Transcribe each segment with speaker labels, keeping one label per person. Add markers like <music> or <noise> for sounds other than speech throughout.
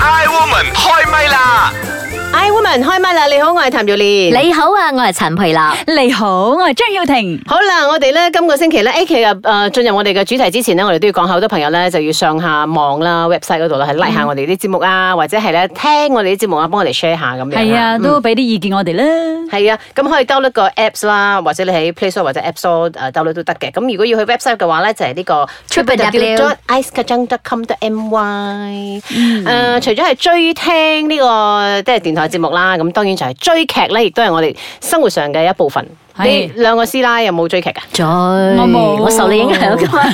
Speaker 1: Iwoman 開唛啦！
Speaker 2: I woman 開唛啦！你好，我係譚耀蓮。
Speaker 3: 你好啊，我係陳培樂。
Speaker 4: 你好，我係張耀婷。
Speaker 2: 好啦，我哋咧今個星期咧，誒其實誒呃進入我哋嘅主題之前咧，我哋都要講下好多朋友咧就要上下網啦、website 嗰度啦，係 like 下我哋啲節目啊，或者係咧聽我哋啲節目啊，幫我哋 share 下咁樣。
Speaker 4: 係啊，
Speaker 2: 嗯
Speaker 4: 都俾啲意見我哋啦。
Speaker 2: 係啊，咁可以 download 個 apps 啦，或者你喺 Play Store 或者 App Store 誒 download 都得嘅。咁如果要去 website 嘅話咧，就係呢個 www.icekajang.com.my。誒，除咗係追聽呢個即係電台節目啦，咁當然就係追劇咧，亦都係我哋生活上嘅一部分。你
Speaker 4: 係
Speaker 2: 兩個師奶有冇追劇㗎？
Speaker 3: 追，
Speaker 4: 我冇
Speaker 3: 我受你影響噶嘛。 <laughs>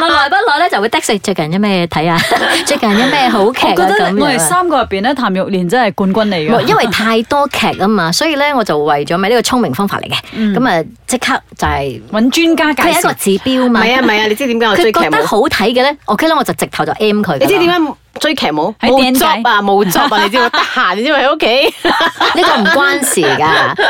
Speaker 3: 我耐不耐咧就會得食最近有咩睇啊？最近有咩好劇
Speaker 4: 我
Speaker 3: 啊？
Speaker 4: 覺得
Speaker 3: 咁
Speaker 4: 我哋
Speaker 3: 樣啊。
Speaker 4: 三個入邊咧，譚玉蓮真係冠軍嚟
Speaker 3: 冇
Speaker 4: 嘅。
Speaker 3: 因為太多劇啊嘛，所以咧我就為咗咪呢個聰明方法嚟嘅，咁啊即刻就係
Speaker 4: 揾專家介
Speaker 3: 佢係一個
Speaker 4: 紹。
Speaker 3: 指標
Speaker 2: 唔
Speaker 3: 嘛。
Speaker 2: 係啊，唔係啊，你知點解我
Speaker 3: 佢
Speaker 2: 追劇
Speaker 3: 覺得
Speaker 2: 冇？
Speaker 3: 好睇嘅咧，OK 啦，我就直頭就 M 佢㗎啦。
Speaker 2: 你知點啊解追劇冇？
Speaker 4: 喺
Speaker 2: 冇
Speaker 4: 點解
Speaker 2: job 啊，冇 job 啊，你知我得閒，你知我喺屋企。
Speaker 3: 呢個唔關事㗎，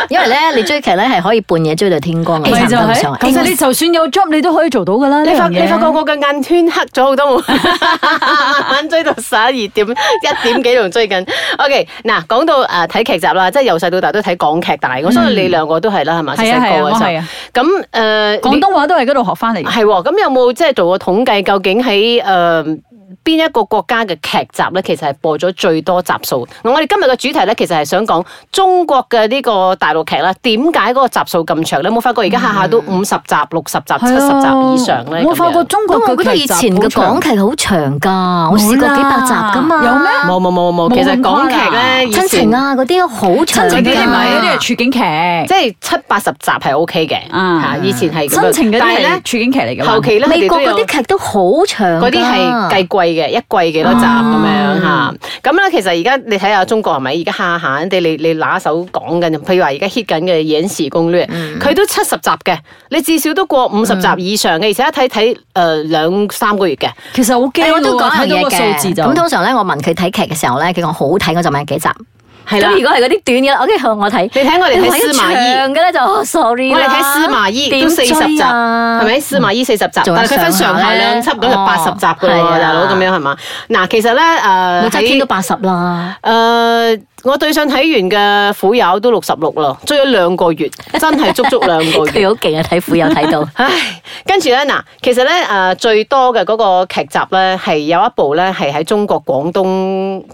Speaker 3: 因為咧你追劇咧係可以半夜追到天光嘅，
Speaker 4: 咪就
Speaker 3: 差唔多
Speaker 4: 係
Speaker 3: 上，
Speaker 4: 其實你就算有 job，你都可以做到噶啦。
Speaker 2: 你
Speaker 4: 呢
Speaker 2: 發
Speaker 4: 樣
Speaker 2: 你
Speaker 4: 嘢
Speaker 2: 發覺我嘅眼圈黑咗好多
Speaker 4: <laughs>
Speaker 2: 冇，慢慢追到十一二點一點幾仲追緊。OK，嗱講到誒睇劇集啦，即係由細到大都睇港劇大，我相信你兩個都係啦，係嘛？細
Speaker 4: 嗯係啊
Speaker 2: 細個
Speaker 4: 係啊，我
Speaker 2: 嘅
Speaker 4: 係
Speaker 2: 時
Speaker 4: 啊，
Speaker 2: 候，咁誒
Speaker 4: 廣東話都係嗰度學翻嚟嘅。
Speaker 2: 係喎，咁有冇即係做過統計，究竟喺誒邊一個國家嘅劇集咧，其實係播咗最多集數？嗱我哋今日嘅主題咧，其實係想講中國嘅呢個大陸劇啦，點解嗰個集數咁長咧？你有冇發覺而家下下都
Speaker 4: 嗯
Speaker 2: 五十集、六十啊集、七十集以上咧？
Speaker 4: 我
Speaker 2: 咁
Speaker 4: 發覺
Speaker 2: 樣
Speaker 4: 中國
Speaker 3: 咁我
Speaker 4: 嘅
Speaker 3: 覺得
Speaker 4: 劇
Speaker 3: 以
Speaker 4: 集
Speaker 3: 前嘅
Speaker 4: 好
Speaker 3: 港
Speaker 4: 長
Speaker 3: 劇好長㗎，我試過幾百集㗎嘛。
Speaker 4: 有咩？
Speaker 2: 冇冇冇冇，冇其實港劇咧，以前
Speaker 3: 親情，啊嗰啲好長
Speaker 4: 嗰
Speaker 2: 情嗰
Speaker 4: 啲唔
Speaker 2: 啲咪
Speaker 4: 係，
Speaker 3: 㗎
Speaker 4: 嗰啲係處境劇。
Speaker 2: 啊即係七八十集係 O K 嘅，
Speaker 4: 啊
Speaker 2: 嚇以前係咁樣
Speaker 4: 親情嗰
Speaker 2: 但係
Speaker 4: 啲係
Speaker 2: 咧
Speaker 4: 處境劇嚟㗎嘛。
Speaker 2: 後期咧，
Speaker 3: 美
Speaker 2: 佢哋
Speaker 3: 國
Speaker 2: 都
Speaker 3: 嗰
Speaker 2: 有
Speaker 3: 啲劇都好長㗎，
Speaker 2: 嗰啲係計季嘅，一季幾多集咁樣嚇。咁咧，其實而家你睇下中國係咪？而家下下地你你拿手講緊，譬如話而家 hit 緊嘅《演示攻略》，佢都七十集嘅，你至少都過五十集以上嘅，而且一睇睇誒兩三個月嘅。
Speaker 4: 其實好驚
Speaker 3: 誒。
Speaker 4: 喎
Speaker 3: 我都講
Speaker 4: 睇
Speaker 3: 樣
Speaker 4: 到
Speaker 3: 嘢
Speaker 4: 個數字
Speaker 3: 嘅，
Speaker 4: 就
Speaker 3: 咁通常咧，我問佢睇劇嘅時候咧，佢講好睇，我就問幾集。
Speaker 2: 係
Speaker 3: 咁
Speaker 2: 啦
Speaker 3: 如，果係嗰啲短嘅，OK，好我睇。
Speaker 2: 你睇我哋睇司馬懿。
Speaker 3: 長嘅咧就哦 sorry
Speaker 2: 我
Speaker 3: 啦啊
Speaker 2: 哋睇司馬懿都四十集，係？咪？司馬懿四十集，
Speaker 3: 仲有
Speaker 2: 但係佢分
Speaker 3: 嗯上
Speaker 2: 上
Speaker 3: 下
Speaker 2: 下
Speaker 3: 咧
Speaker 2: 兩輯，咁就
Speaker 3: 哦
Speaker 2: 八十集噶
Speaker 3: 係
Speaker 2: 喎，
Speaker 3: 啊
Speaker 2: 大佬咁樣係嘛？嗱，其實咧
Speaker 3: 點追啊
Speaker 2: 誒
Speaker 3: 武則天都
Speaker 2: 喺
Speaker 3: 八十啦，
Speaker 2: 誒，我對上睇完嘅《虎友》都六十六啦，追咗兩個
Speaker 3: <laughs>
Speaker 2: 月，真係足足兩個月。。
Speaker 3: 佢好勁啊！睇婦有睇到
Speaker 2: 唉，跟住咧嗱，其實咧誒、呃最多嘅嗰個劇集咧係有一部咧係喺中國廣東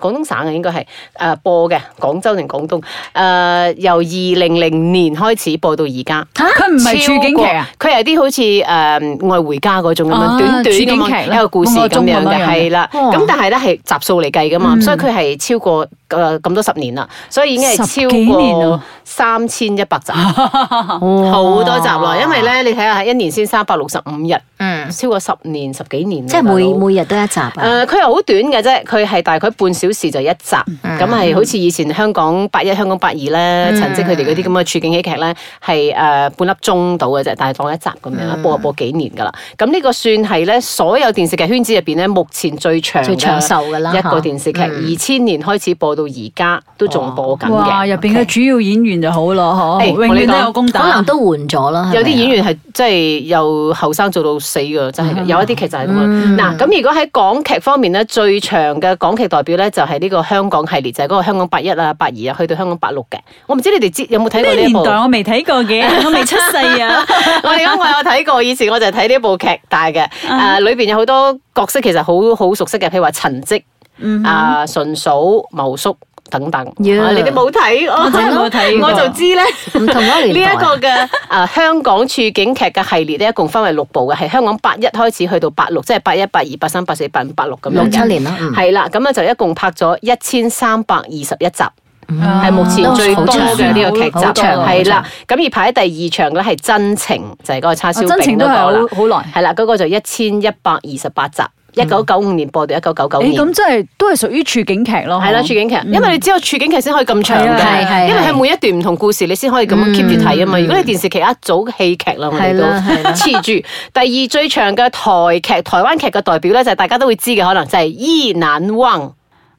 Speaker 2: 廣東省嘅應該係誒播嘅，廣州定廣東誒、呃由二零零年開始播到而家。
Speaker 4: 佢唔係處境劇啊。
Speaker 2: 超過！佢係啲好似誒、愛回家嗰種咁樣、
Speaker 4: 啊
Speaker 2: 短短
Speaker 4: 處境
Speaker 2: 咁
Speaker 4: 劇
Speaker 2: 樣
Speaker 4: 啦
Speaker 2: 一個故事咁樣
Speaker 4: 咁我中咁啊
Speaker 2: 嘅，
Speaker 4: 樣
Speaker 2: 係啦。
Speaker 4: 哦
Speaker 3: 哇
Speaker 2: 咁但係咧係集數嚟計噶嘛，所以佢係超過誒咁多十年啦，所以已經
Speaker 4: 嗯十幾
Speaker 2: 係超
Speaker 4: 年啊
Speaker 2: 過
Speaker 4: 咯
Speaker 2: 三千一百
Speaker 4: <laughs>
Speaker 2: 集，好
Speaker 3: 好
Speaker 2: 多集啦。因為，咧，你睇下一年先三百六十五日，
Speaker 3: 嗯，
Speaker 2: 超過十年十幾年啦，
Speaker 3: 即係每
Speaker 2: 大佬嗯
Speaker 3: 每日都一集啊。
Speaker 2: 誒，佢又好短嘅啫，佢係大概半小時就一集，
Speaker 3: 嗯
Speaker 2: 咁係好似以前香港八一、香港八二咧，陳積佢哋嗰啲咁嘅處境喜劇咧，係誒呃半粒鐘到嘅啫，但係當一集咁
Speaker 3: 嗯
Speaker 2: 樣，一播就播幾年㗎啦。咁呢個算係咧所有電視劇圈子入邊咧，目前最長
Speaker 3: 最長壽㗎啦嗯
Speaker 2: 一個電視劇，二千年開始播到而家都仲播緊
Speaker 4: 哇！入
Speaker 2: 嘅。
Speaker 4: 邊嘅主要演員就好咯，嗬，
Speaker 2: 誒
Speaker 4: 永遠都
Speaker 2: 我哋
Speaker 4: 有
Speaker 2: 講
Speaker 4: 公打。
Speaker 3: 可能都換咗啦，係咪啊
Speaker 2: 有啲演員係即係由後生做到死㗎，
Speaker 4: 啊
Speaker 2: 真係嘅。有一啲劇就係咁樣。
Speaker 4: 嗯
Speaker 2: 嗱，咁如果喺港劇方面咧，最長嘅港劇代表咧就係呢個香港系列，就係嗰個香港八一啊、八二啊，去到香港八六嘅。我唔知你哋知有冇睇過
Speaker 4: 咩
Speaker 2: 呢一
Speaker 4: 年
Speaker 2: 部？
Speaker 4: 代啊我未睇過嘅，我未出世啊！
Speaker 2: <laughs> 我哋因為我睇過，以前我就係睇呢部劇大嘅。
Speaker 4: 啊
Speaker 2: 誒，裏邊有好多角色其實好好熟悉嘅，譬如話陳積、
Speaker 4: 嗯
Speaker 2: 啊順嫂、茂叔。等等
Speaker 3: Yeah
Speaker 2: 啊你哋冇睇， <laughs> 我
Speaker 4: 真係
Speaker 2: <laughs>
Speaker 4: 冇睇過
Speaker 2: 我就知咧。
Speaker 3: 唔同嗰
Speaker 2: 呢
Speaker 3: 個年代
Speaker 2: 一個嘅啊香港處境劇嘅系列咧，一共分為六部嘅，係香港八一開始去到八六，即係八一、八二、八三、八四、八五、八六咁樣嘅。
Speaker 3: 六七年啦嗯
Speaker 2: 係啦，咁啊就一共拍咗一千三百二十一集。係目前
Speaker 3: 都
Speaker 2: 最
Speaker 3: 好
Speaker 2: 多
Speaker 3: 長啊
Speaker 2: 嘅呢個劇集，
Speaker 3: 好長好
Speaker 2: 係啦。咁而排喺第二場嘅咧係真情，就係嗰個叉燒
Speaker 4: 哦真
Speaker 2: 餅
Speaker 4: 情
Speaker 2: 嗰個
Speaker 4: 都係
Speaker 2: 啦。
Speaker 4: 好好耐
Speaker 2: 係啦，嗰個就一千一百二十八集，一九九五年播到一九九九
Speaker 4: 誒，
Speaker 2: 年。
Speaker 4: 咁即係都係屬於處境劇咯，
Speaker 2: 係啦，處境劇，因為你只有處境劇先可以咁長
Speaker 4: 係啊
Speaker 3: 哦嗯係
Speaker 2: 嘅，
Speaker 3: 係嗯
Speaker 2: 因為係每一段唔同故事，你先可以咁樣 keep 住睇啊嘛。如果你電視劇一早戲劇啦，我哋都
Speaker 3: 係啦係啦
Speaker 2: 黐住。第二最長嘅台劇、台灣劇嘅代表咧，就係大家都會知嘅，可能就係《伊難翁》。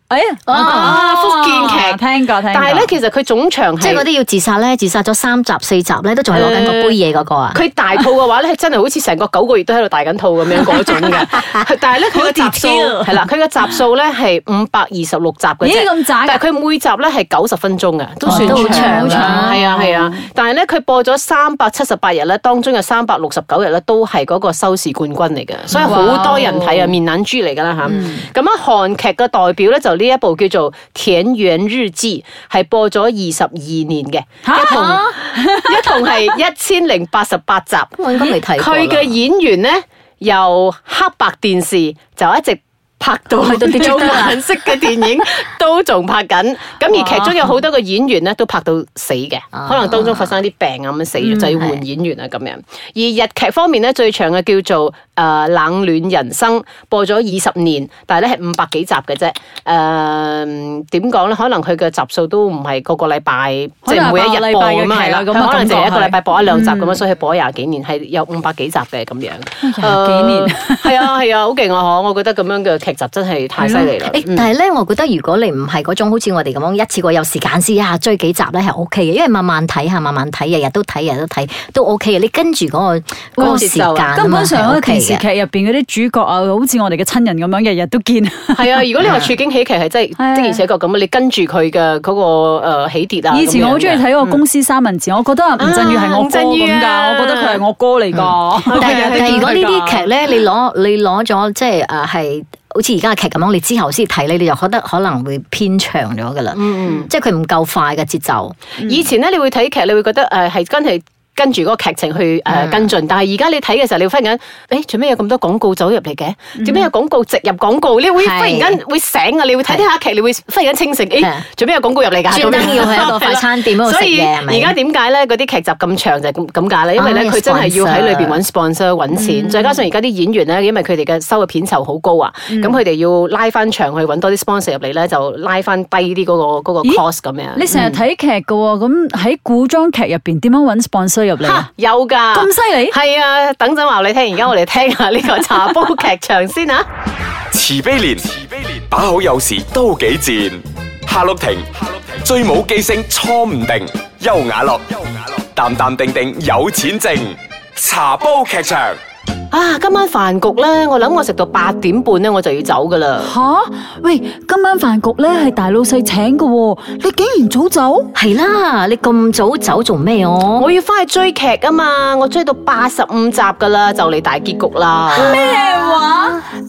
Speaker 4: 哎呀，我講
Speaker 2: 啊福建劇
Speaker 4: 聽過聽過，
Speaker 2: 但係咧，其實佢總場
Speaker 3: 即係嗰
Speaker 2: 係
Speaker 3: 啲要自殺咧，自殺咗三集四集咧，都仲係攞緊個杯嘢嗰個啊。
Speaker 2: 佢大肚嘅話咧，係真係好似成個九個月都喺度大緊肚咁樣嗰種嘅。係但係咧，佢嘅集數
Speaker 4: 好 detail
Speaker 2: 係啦，佢嘅集數咧係五百二十六集嘅啫
Speaker 4: 咦。咁窄
Speaker 2: 但
Speaker 4: 㗎，
Speaker 2: 係佢每集咧係九十分鐘嘅，都算
Speaker 3: 哦都好長
Speaker 2: 長
Speaker 4: 啊
Speaker 2: 係啊係啊，但係咧佢播咗三百七十八日咧，當中有三百六十九日咧都係嗰個收視冠軍嚟嘅，所以好多人睇啊，面冷豬嚟㗎啦嚇。咁啊，韓劇嘅代表咧就呢一部叫做《田園日記》，係播咗二十二年嘅，一同 <laughs> 一同係一千零八十八集。
Speaker 3: 我應該未睇過啦
Speaker 2: 佢嘅演員咧，由黑白電視就一直。拍 <laughs> 到
Speaker 3: 去到
Speaker 2: 有
Speaker 3: digital 啊
Speaker 2: 顏色嘅電 <laughs> 影都仲拍緊，咁而劇中有好多個演員咧都拍到死嘅，
Speaker 3: 啊
Speaker 2: 可能當中發生啲病啊咁樣死咗，就要換演員啊咁樣。而日劇方面咧最長嘅叫做誒、呃冷暖人生，播咗二十年，但係咧係五百幾集嘅啫。誒呃點講咧？可能佢嘅集數都唔係個個禮拜，即
Speaker 4: 可能
Speaker 2: 係每一
Speaker 4: 係
Speaker 2: 日
Speaker 4: 個
Speaker 2: 播
Speaker 4: 禮拜嘅
Speaker 2: 咁樣
Speaker 4: 劇
Speaker 2: 係啦，
Speaker 4: 啦咁啊
Speaker 2: 可能就係一個
Speaker 4: 感覺係嗯
Speaker 2: 禮拜播一兩集咁樣，所以佢播咗廿幾年係有五百幾集嘅咁樣。
Speaker 4: <laughs>
Speaker 2: 呃
Speaker 4: 廿哎幾年。
Speaker 2: 誒係啊係啊，好勁啊！嗬，我覺得咁樣嘅劇集真係太犀利
Speaker 4: <laughs>
Speaker 2: 啦。
Speaker 4: 哎
Speaker 2: 嗯
Speaker 3: 誒但係咧，我覺得如果你唔係嗰種好似我哋咁樣一次過有時間先一下追幾集咧，係 O K 嘅，因為慢慢睇下，慢慢睇，日日都睇，日日都睇，都 O K 嘅。你跟住嗰、個嗰、個時間啊嘛
Speaker 4: 根本上
Speaker 3: 係
Speaker 4: 嗰
Speaker 3: OK
Speaker 4: 電視
Speaker 3: 嘅。
Speaker 4: 劇入邊嗰啲主角啊，好似我哋嘅親人咁樣，日日
Speaker 2: <laughs>
Speaker 4: 都見。
Speaker 2: 係
Speaker 4: <laughs>
Speaker 2: 啊，如果你話處境喜劇係真係
Speaker 4: 係啊
Speaker 2: 的而且確咁啊，你跟住佢嘅嗰個誒起跌啊。
Speaker 4: 以前我好
Speaker 2: 咁樣
Speaker 4: 中意睇嗰個公司三文治，我覺得吳鎮宇係我
Speaker 2: 啊吳
Speaker 4: 哥
Speaker 2: 鎮宇
Speaker 4: 咁
Speaker 2: 啊
Speaker 4: 㗎，我覺得佢係我哥嚟㗎。
Speaker 3: <laughs>
Speaker 4: <laughs>
Speaker 3: 但係
Speaker 2: 係啊
Speaker 3: 但係如果呢啲劇
Speaker 4: 劇
Speaker 3: 咧，你攞你攞咗即係誒係好似而家嘅劇咁樣，你之後先睇咧，你就覺得可能會偏長咗噶啦，
Speaker 2: 嗯
Speaker 3: 即係佢唔夠快嘅節奏。
Speaker 2: 嗯以前咧，你會睇劇，你會覺得誒係真係。跟住嗰個劇情去誒跟進，但係而家你睇嘅時候，你會忽然間，誒做咩有咁多廣告走入嚟嘅？
Speaker 3: 嗯
Speaker 2: 做咩有廣告植入廣告？你會忽然間會醒啊！你會睇睇下劇，你會忽然間清醒，
Speaker 3: 係
Speaker 2: 誒
Speaker 3: 啊
Speaker 2: 做咩有廣告入嚟㗎？
Speaker 3: 專登
Speaker 2: 咁樣
Speaker 3: 要去一個快餐店嗰度食
Speaker 2: <laughs> 所以
Speaker 3: 嘢係咪
Speaker 2: 而家點解咧嗰啲劇集咁長就係咁咁解咧？因為咧
Speaker 3: 啊
Speaker 2: 佢真係要喺裏邊
Speaker 3: sponsor 嗯
Speaker 2: 揾 sponsor 揾錢，再加上而家啲演員咧，因為佢哋嘅收嘅片酬好高啊，
Speaker 3: 嗯
Speaker 2: 咁佢哋要拉翻長去揾多啲 sponsor 入嚟咧，就拉翻低啲嗰個嗰個
Speaker 4: 咦
Speaker 2: cost 咁樣。
Speaker 4: 你成日睇劇㗎喎，咁喺古裝劇入邊點樣揾 sponsor 入嚟啊？
Speaker 2: 嚇有㗎，
Speaker 4: 咁犀利？
Speaker 2: 係啊，等陣話你聽，而家我哋聽下呢個茶煲劇場先啊！
Speaker 1: 慈悲蓮，慈悲蓮，把口有時都幾賤。夏綠庭，夏綠庭，最冇記性錯唔定。優雅樂，優雅樂，淡淡定定有錢剩。茶煲劇場，
Speaker 2: <laughs> 啊，今晚飯局咧，我諗我食到八點半咧，我就要走㗎啦。
Speaker 4: 吓？喂，今晚飯局咧係大老細請㗎喎，你竟然早走？
Speaker 3: 係啦，你咁早走做咩哦？
Speaker 2: 我要翻去追劇啊嘛，我追到八十五集㗎啦，就嚟大結局啦。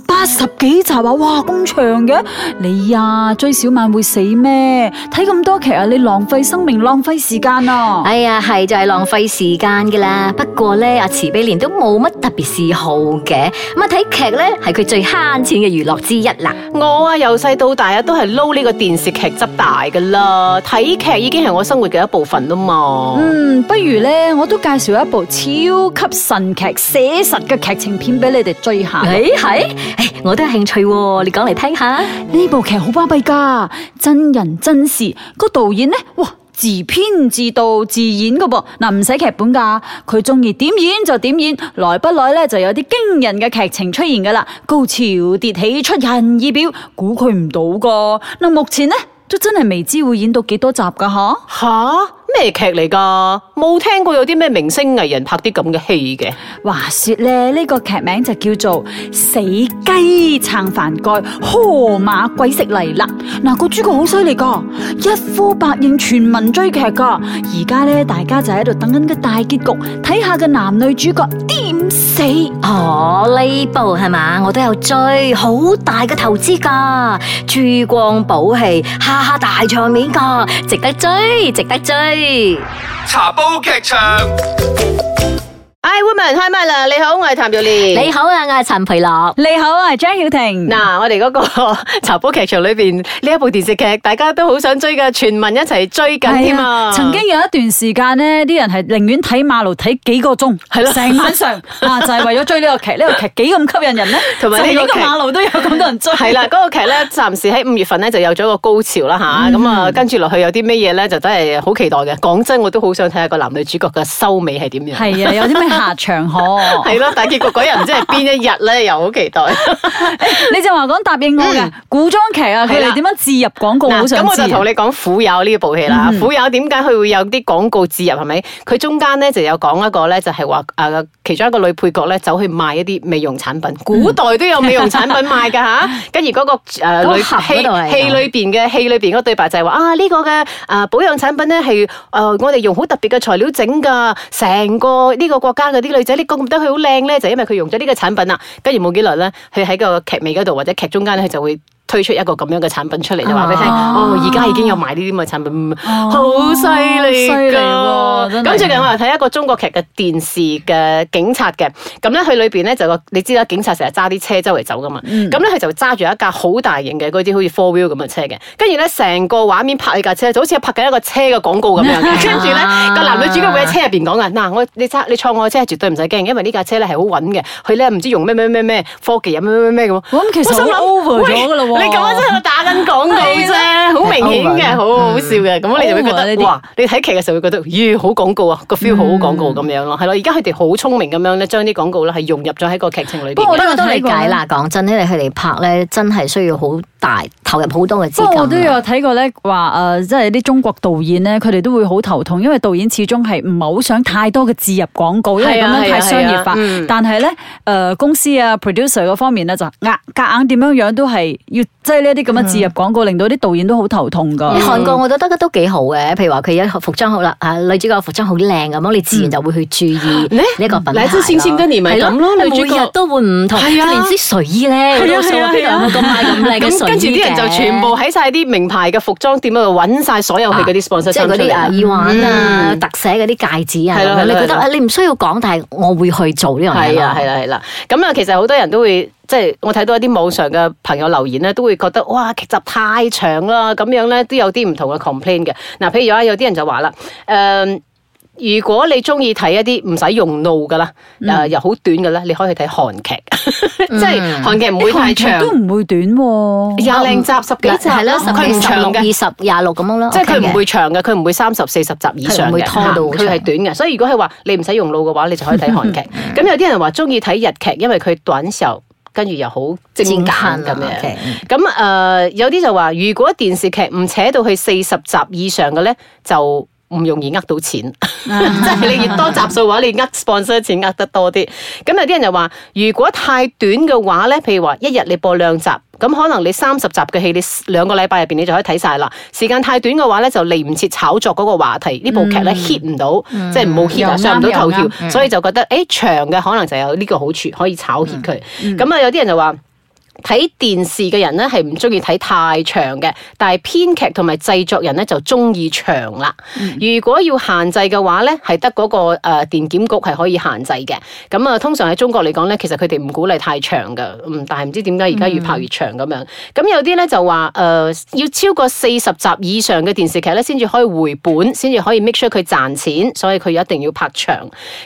Speaker 4: 八十幾集啊！哇，咁長嘅你呀、追小曼會死咩？睇咁多劇啊，你浪費生命，浪費時間啊！
Speaker 3: 哎呀，係就係浪費時間噶啦。不過咧，阿慈悲蓮都冇乜特別嗜好嘅，咁啊睇劇咧係佢最慳錢嘅娛樂之一啦。
Speaker 2: 我啊，由細到大啊，都係撈呢個電視劇執大噶啦，睇劇已經係我生活嘅一部分啦嘛。
Speaker 4: 嗯，不如呢，我都介紹一部超級神劇寫實嘅劇情片俾你哋追下。呢、
Speaker 3: 誒係，誒我都有興趣喎，你講嚟聽下。
Speaker 4: 部劇好巴閉㗎，真人真事，個導演呢，哇！自編自導自演噶噃，嗱唔使劇本㗎，佢中意點演就點演，來不來呢就有啲驚人嘅劇情出現㗎啦，高潮迭起出人意表，估佢唔到㗎。嗱目前呢，都真係未知會演到幾多集㗎吓。
Speaker 2: 吓咩劇嚟噶？冇聽過有啲咩明星藝人拍啲咁嘅戲嘅。
Speaker 4: 話說咧，呢、個劇名就叫做《死雞撐飯蓋》，河馬鬼食嚟啦！嗱，個主角好犀利噶，一呼百應，全民追劇噶。而家咧，大家就喺度等緊個大結局，睇下個男女主角點死。
Speaker 3: 哦，呢部係嘛，我都有追，好大嘅投資㗎，珠光寶氣，下下大場面㗎，值得追，值得追。
Speaker 4: 嗯
Speaker 1: 茶煲劇場。
Speaker 2: I woman 開唛啦！你好，我係譚耀蓮。
Speaker 3: 你好啊，我係陳培樂。
Speaker 4: 你好啊，張曉婷
Speaker 2: 嗱，我哋嗰個 <laughs> 茶煲劇場裏邊呢一部電視劇，大家都好想追噶，全民一齊追緊添啊！
Speaker 4: 曾經有一段時間呢，啲人係寧願睇馬路睇幾個鐘，
Speaker 2: 係咯
Speaker 4: 成晚上啊，就係為咗追呢個劇。呢個劇幾咁吸引人呢？
Speaker 2: <laughs> 同埋呢個
Speaker 4: 就連
Speaker 2: 劇
Speaker 4: 個馬路都有咁多人人追。
Speaker 2: 係啦，嗰個劇咧，暫時喺五月份咧就有咗一個高潮啦
Speaker 4: 嗯
Speaker 2: 吓，咁啊跟住落去有啲咩嘢咧，就真係好期待嘅。講真，我都好想睇下個男女主角嘅收尾係點樣。
Speaker 4: 係啊，有啲咩下場可？
Speaker 2: <laughs> 係啊咯，但係結果嗰日唔知係邊一日咧，又好期待。
Speaker 4: 你就話講答應我嘅古裝劇啊，佢
Speaker 2: 嗯係啦
Speaker 4: 哋點樣置入廣告？
Speaker 2: 嗱，
Speaker 4: 好想
Speaker 2: 咁我
Speaker 4: 知
Speaker 2: 就同
Speaker 4: 啊。
Speaker 2: 你講《苦友》呢部戲啦，苦友》點解佢會有啲廣告置入係咪？佢中間咧就有講一個咧，就係話誒其中一個女配角咧走去賣一啲美容產品，古代都有美容產品賣㗎吓。跟住嗰個誒
Speaker 3: 嗰
Speaker 2: 女
Speaker 3: 盒嗰度係
Speaker 2: 戲戲裏邊嘅戲裏邊嗰個對白就係話啊呢個嘅誒保養產品咧係誒我哋用好特別嘅材料整㗎，成個呢個國家嗰啲女仔你覺唔得佢好靚咧，就因為佢用咗呢個產品啦。跟住冇幾耐咧，佢喺個劇尾嗰度或者劇中間咧，佢就會。推出一個咁樣嘅產品出嚟，就話俾你聽，
Speaker 4: 啊
Speaker 2: 哦，而家已經有賣呢啲咁嘅產品，嗯
Speaker 4: 哦
Speaker 2: 好犀利
Speaker 4: 犀利
Speaker 2: 㗎
Speaker 4: 喎真係
Speaker 2: 咁最近我又睇一個中國劇嘅電視嘅警察嘅，咁咧佢裏邊咧就個你知啦，警察成日揸啲車周圍走噶嘛，
Speaker 4: 嗯
Speaker 2: 咁咧佢就揸住一架好大型嘅嗰啲好似 four wheel 咁嘅車嘅，跟住咧成個畫面拍你架車，就好似拍緊一個車嘅廣告咁樣
Speaker 4: <laughs>
Speaker 2: 嘅，跟住咧
Speaker 4: 啊
Speaker 2: 個男女主角會喺車入邊講嘅，嗱我你揸你坐我嘅車絕對唔使驚，因為呢架車咧係好穩嘅，佢咧唔知用咩咩咩咩科技啊咩咩咩咁。
Speaker 4: 咁其實
Speaker 2: 我心諗
Speaker 4: 好 over
Speaker 2: 喂
Speaker 4: 咗㗎喇喎
Speaker 2: 你咁樣真係打緊廣告
Speaker 4: <laughs>
Speaker 2: 啫，好明顯嘅，好好笑嘅。咁你就會覺
Speaker 4: over 啊
Speaker 2: 得
Speaker 4: 呢啲
Speaker 2: 哇，啊你睇劇嘅時候會覺得，咦，好廣告啊，個
Speaker 3: 嗯
Speaker 2: feel 好好廣告咁樣咯，係咯。而家佢哋好聰明咁樣咧，將啲廣告咧係融入咗喺個劇情裏
Speaker 4: 不
Speaker 2: 邊
Speaker 4: 過
Speaker 2: 嘅。
Speaker 4: 我都
Speaker 3: 不
Speaker 4: 有
Speaker 3: 過都
Speaker 4: 睇
Speaker 3: 理
Speaker 4: 過
Speaker 3: 解啦，講真，因為佢哋拍咧真係需要好大投入好多嘅資
Speaker 4: 不過我都
Speaker 3: 金
Speaker 4: 有
Speaker 3: 啊。
Speaker 4: 睇過咧，話誒、呃即係啲中國導演咧，佢哋都會好頭痛，因為導演始終係唔係好想太多嘅置入廣告，因為
Speaker 2: 係
Speaker 4: 咁
Speaker 2: 啊
Speaker 4: 樣
Speaker 2: 係啊
Speaker 4: 太商業
Speaker 2: 係啊
Speaker 4: 化。
Speaker 2: 嗯
Speaker 4: 但係咧，誒、公司啊、producer 嗰方面咧，就硬夾硬點樣樣都係要即係呢啲咁嘅置入廣告，令到啲導演都好頭痛㗎。
Speaker 2: 嗯
Speaker 3: 你韓國我覺得都幾好嘅，譬如話佢一服裝好啦，啊女主角服裝好靚咁，你自然就會去注意
Speaker 2: 嗯
Speaker 3: 呢個品牌
Speaker 2: 你
Speaker 3: 咯。
Speaker 2: 知先先跟年咪咁咯
Speaker 3: 係
Speaker 2: 女主角
Speaker 3: 每日都會唔同，
Speaker 2: 係啊
Speaker 3: 連啲睡衣咧，
Speaker 2: 係啊
Speaker 3: 我數
Speaker 2: 係啊
Speaker 3: 邊度有冇咁買咁靚嘅
Speaker 2: 咁
Speaker 3: 睡衣
Speaker 2: 跟住啲人就全部喺晒啲名牌嘅服裝店嗰度揾晒所有佢嗰啲 sponsor
Speaker 3: 即係嗰啲啊耳環啊、特寫嗰啲戒指啊，
Speaker 2: 係咯
Speaker 3: 咁樣你
Speaker 2: 係咯
Speaker 3: 覺得
Speaker 2: 係咯
Speaker 3: 啊你唔需要講，但係我會去做呢樣
Speaker 2: 係
Speaker 3: 嘢咯。
Speaker 2: 啦，係啦，係啦。咁啊，其實好多人都會即係我睇到一啲網上嘅朋友留言咧，都會覺得哇劇集太長啦，咁樣咧都有啲唔同嘅 complain 嘅。嗱，譬如啊，有啲人就話啦，誒、如果你中意睇一啲唔使用腦噶啦，誒、又好短嘅咧，你可以去睇韓劇， <laughs> 即係韓劇唔會太
Speaker 4: 啲韓劇
Speaker 2: 長
Speaker 4: 都，唔會短喎、
Speaker 2: 廿零集十幾集
Speaker 3: 係
Speaker 2: 咯
Speaker 3: 咯，十
Speaker 2: 佢
Speaker 3: 幾
Speaker 2: 唔
Speaker 3: 十
Speaker 2: 長
Speaker 3: 六、
Speaker 2: 嘅
Speaker 3: 二。十、廿六咁樣咯。
Speaker 2: 即係佢
Speaker 3: OK 嘅
Speaker 2: 唔會長嘅，佢唔會三十四十集以上嘅，
Speaker 3: 佢唔會拖到好
Speaker 2: 嚇佢係短嘅。所以如果係話你唔使用腦嘅話，你就可以睇韓
Speaker 3: 嗯
Speaker 2: 劇。咁有啲人話中意睇日劇，因為佢短時跟住又好精簡咁
Speaker 3: 戰艦啊
Speaker 2: 樣
Speaker 3: ，OK。
Speaker 2: 咁誒、呃有啲就話，如果電視劇唔扯到去四十集以上嘅咧，就唔容易呃到錢。 <laughs> 即係你越多集數嘅話，你呃 sponsor 錢呃得多啲。咁有啲人就話，如果太短嘅話咧，譬如話一日你播兩集。咁可能你三十集嘅戲，你兩個禮拜入邊你就可以睇晒啦。時間太短嘅話咧，就嚟唔切炒作嗰個話題，呢部劇咧 hit 唔到，即係冇 hit 啊，
Speaker 4: 又啱
Speaker 2: 上唔到頭條
Speaker 4: 又啱，
Speaker 2: 所以就覺得誒長嘅可能就有呢個好處，可以炒 hit 佢。咁啊，有啲人就話。睇電視嘅人咧係唔中意睇太長嘅，但係編劇同埋製作人咧就中意長啦。如果要限制嘅話咧，係得嗰個誒、呃、電檢局係可以限制嘅。咁啊，通常喺中國嚟講咧，其實佢哋唔鼓勵太長嘅，嗯，但係唔知點解而家越拍越長咁樣。咁、有啲咧就話誒、呃要超過四十集以上嘅電視劇咧，先至可以回本，先至可以 make sure 佢賺錢，所以佢一定要拍長。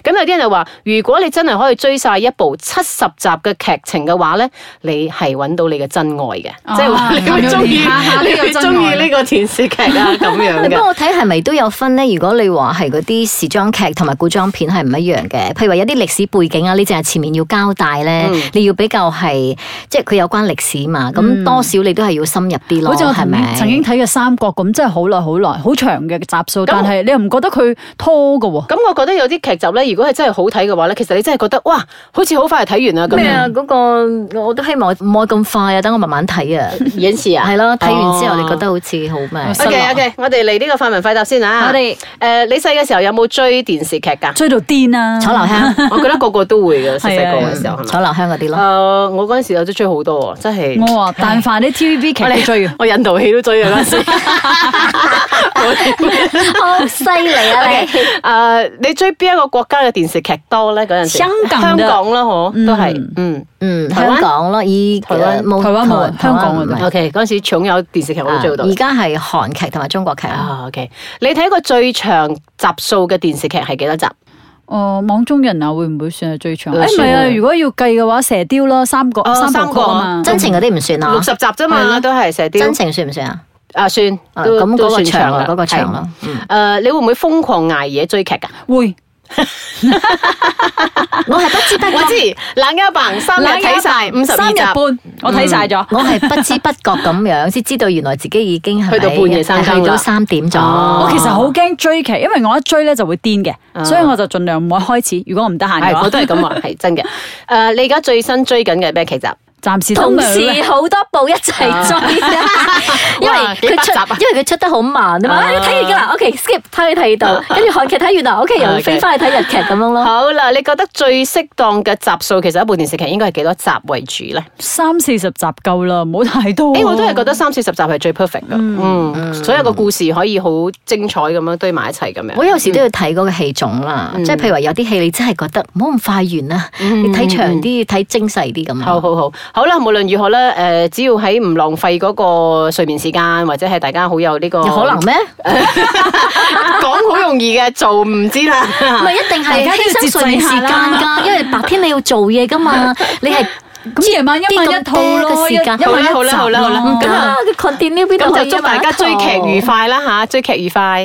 Speaker 2: 咁有啲人就話，如果你真係可以追晒一部七十集嘅劇情嘅話咧，你係揾到你嘅真愛嘅，
Speaker 4: 哦
Speaker 2: 即係話你會中意，
Speaker 4: 咁樣下下都
Speaker 2: 你
Speaker 4: 有
Speaker 2: 會
Speaker 4: 真
Speaker 2: 中意
Speaker 4: 愛
Speaker 2: 呢個電視劇啊咁樣
Speaker 3: 不
Speaker 2: 嘅
Speaker 3: 過。我睇係咪都有分咧？如果你話係嗰啲時裝劇同埋古裝片係唔一樣嘅，譬如話有啲歷史背景啊，呢淨係前面要交代咧，
Speaker 2: 嗯
Speaker 3: 你要比較係即係佢有關歷史嘛，咁、多少你都係要深入啲咯，
Speaker 4: 好似我
Speaker 3: 係
Speaker 4: 曾
Speaker 3: 咪？
Speaker 4: 曾經睇嘅《三國》咁，真係好耐好耐，好長嘅集數，但係你又唔覺得佢拖㗎喎？
Speaker 2: 咁我覺得有啲劇集咧，如果係真係好睇嘅話咧，其實你真係覺得哇，好似好快就睇完啦咁
Speaker 3: 咩啊
Speaker 2: 樣。？
Speaker 3: 嗰、個我都希望唔好咁快啊，等我慢慢睇啊。
Speaker 2: 演示啊，
Speaker 3: 係咯，睇完之後
Speaker 2: 哦
Speaker 3: 你覺得好似好咩？
Speaker 4: 失
Speaker 2: O
Speaker 4: 落
Speaker 2: K O K，我哋嚟呢個快問快答先啊。
Speaker 4: 我哋
Speaker 2: 誒，你細嘅時候有冇追電視劇㗎？
Speaker 4: 追到癲啊！
Speaker 3: 楚留香，
Speaker 2: 我覺得個個都會
Speaker 3: <laughs>
Speaker 2: 嘅，細細個嘅時候係
Speaker 3: 楚
Speaker 2: 咪？
Speaker 3: 留香嗰啲
Speaker 2: 誒，
Speaker 3: 咯。
Speaker 2: 我嗰陣時有都追好多啊，真係。
Speaker 4: 我話但凡啲 TVB 劇
Speaker 2: <laughs>
Speaker 4: 都追嘅。
Speaker 2: 我印度戲都追啊嗰陣時。
Speaker 3: <laughs> 好犀利啊
Speaker 2: <laughs>
Speaker 3: 你！
Speaker 2: 誒，呃你追邊一個國家嘅電視劇多咧？嗰陣時
Speaker 4: 香港
Speaker 2: 香
Speaker 4: 嘅
Speaker 2: 港啦，嗬，都係嗯。
Speaker 3: 嗯，
Speaker 2: 台灣
Speaker 3: 香港咯，以
Speaker 2: 台灣
Speaker 3: 冇
Speaker 4: 台灣冇啊香港
Speaker 3: 唔係
Speaker 4: 嗰啲
Speaker 2: O K，嗰陣時搶有電視劇我都追好多啊
Speaker 3: 啊而。家係韓劇同埋中國劇。
Speaker 2: 啊，OK，你睇過最長集數嘅電視劇係幾多集？
Speaker 4: 哦，網中人啊，會唔會算係最長？
Speaker 2: 誒
Speaker 4: 誒唔係
Speaker 2: 算
Speaker 4: 啊，
Speaker 2: 啊
Speaker 4: 如果要計嘅話，射雕啦，三個
Speaker 2: 哦
Speaker 4: 三部曲啊嘛
Speaker 2: 嗯。
Speaker 3: 真情嗰啲唔算
Speaker 2: 六
Speaker 3: 啊
Speaker 2: 十，集啫
Speaker 3: 係
Speaker 2: 嘛，
Speaker 3: 咯
Speaker 2: 都係射雕
Speaker 3: 真。情算唔算啊？
Speaker 2: 啊，算，
Speaker 3: 啊
Speaker 2: 都
Speaker 3: 咁嗰
Speaker 2: 都
Speaker 3: 個
Speaker 2: 算
Speaker 3: 長
Speaker 2: 長
Speaker 3: 啦
Speaker 2: 啦，，
Speaker 3: 嗰個嗯長啊啦
Speaker 2: 係。。誒，呃你會唔會瘋狂捱夜追劇㗎？
Speaker 4: 會
Speaker 3: 我係不知不
Speaker 2: 我知
Speaker 3: 覺，
Speaker 2: 冷一棒三日睇晒五十
Speaker 4: 三
Speaker 2: 二
Speaker 4: 日
Speaker 2: 集，嗯
Speaker 4: 半，我睇晒咗。
Speaker 3: 我係不知不覺咁樣先知道原來自己已經係咪
Speaker 2: 去到半夜三更啦
Speaker 3: 去到三點咗。
Speaker 2: 哦
Speaker 4: 我其實好驚追劇，因為我一追咧就會癲嘅，
Speaker 2: 啊
Speaker 4: 所以我就盡量唔會開始。如果我唔得閒嘅
Speaker 2: 係我
Speaker 4: 話，
Speaker 2: 都係咁話，係真嘅。誒，你而家最新追緊嘅咩劇集？
Speaker 4: 暫時都
Speaker 3: 同
Speaker 4: 冇
Speaker 3: 時
Speaker 4: 咧
Speaker 3: 好多部一齊追，啊 <laughs> 因
Speaker 2: 哇幾
Speaker 3: 為
Speaker 2: 百
Speaker 3: 佢出
Speaker 2: 集啊，
Speaker 3: 因為佢出得好慢啊嘛。
Speaker 2: 啊
Speaker 3: 哎睇完㗎啦，OK skip 睇去睇到，跟住韓劇睇完啦，OK 啊又
Speaker 2: OK
Speaker 3: 飛翻去睇日劇咁樣咯。
Speaker 2: 好啦，你覺得最適當嘅集數，其實一部電視劇應該係幾多集為主咧？
Speaker 4: 三四十集夠啦，唔好太多。
Speaker 2: 誒，我都係覺得三四十集係最 perfect 嘅，嗯，所有個故事可以好精彩咁樣堆埋一齊咁樣
Speaker 3: 我。有時都要睇嗰個戲種啦，即係譬如話有啲戲你真係覺得唔好咁快完啦，你睇長啲，睇精細啲咁啊
Speaker 2: 好
Speaker 3: 樣。
Speaker 2: 好好，好啦，無論如何咧，誒、只要喺唔浪費嗰個睡眠時間，或者係大家好有呢、個，
Speaker 3: 有可能咩？
Speaker 2: <laughs> 講好容易嘅，做唔知啦。
Speaker 3: <laughs> 唔係一定
Speaker 4: 大
Speaker 3: 係
Speaker 4: 啊家
Speaker 3: 犧
Speaker 4: 都要
Speaker 3: 牲
Speaker 4: 節制
Speaker 3: 睡眠時
Speaker 4: 下
Speaker 3: 間
Speaker 4: 啦啊
Speaker 3: 㗎，因為白天你要做嘢
Speaker 4: <laughs>
Speaker 3: 㗎嘛，你係
Speaker 4: 咁夜晚一晚一套咯，嗯
Speaker 3: 嘅時間
Speaker 4: 一晚一集
Speaker 2: 好啦好啦好啦
Speaker 4: 咯
Speaker 2: 咁啊
Speaker 3: 啊，佢 continue 邊度
Speaker 2: 咁
Speaker 3: 可
Speaker 2: 就
Speaker 3: 以
Speaker 2: 祝
Speaker 3: 一晚
Speaker 2: 大家
Speaker 3: 一
Speaker 2: 追
Speaker 3: 套
Speaker 2: 劇愉快啦吓，追劇愉快。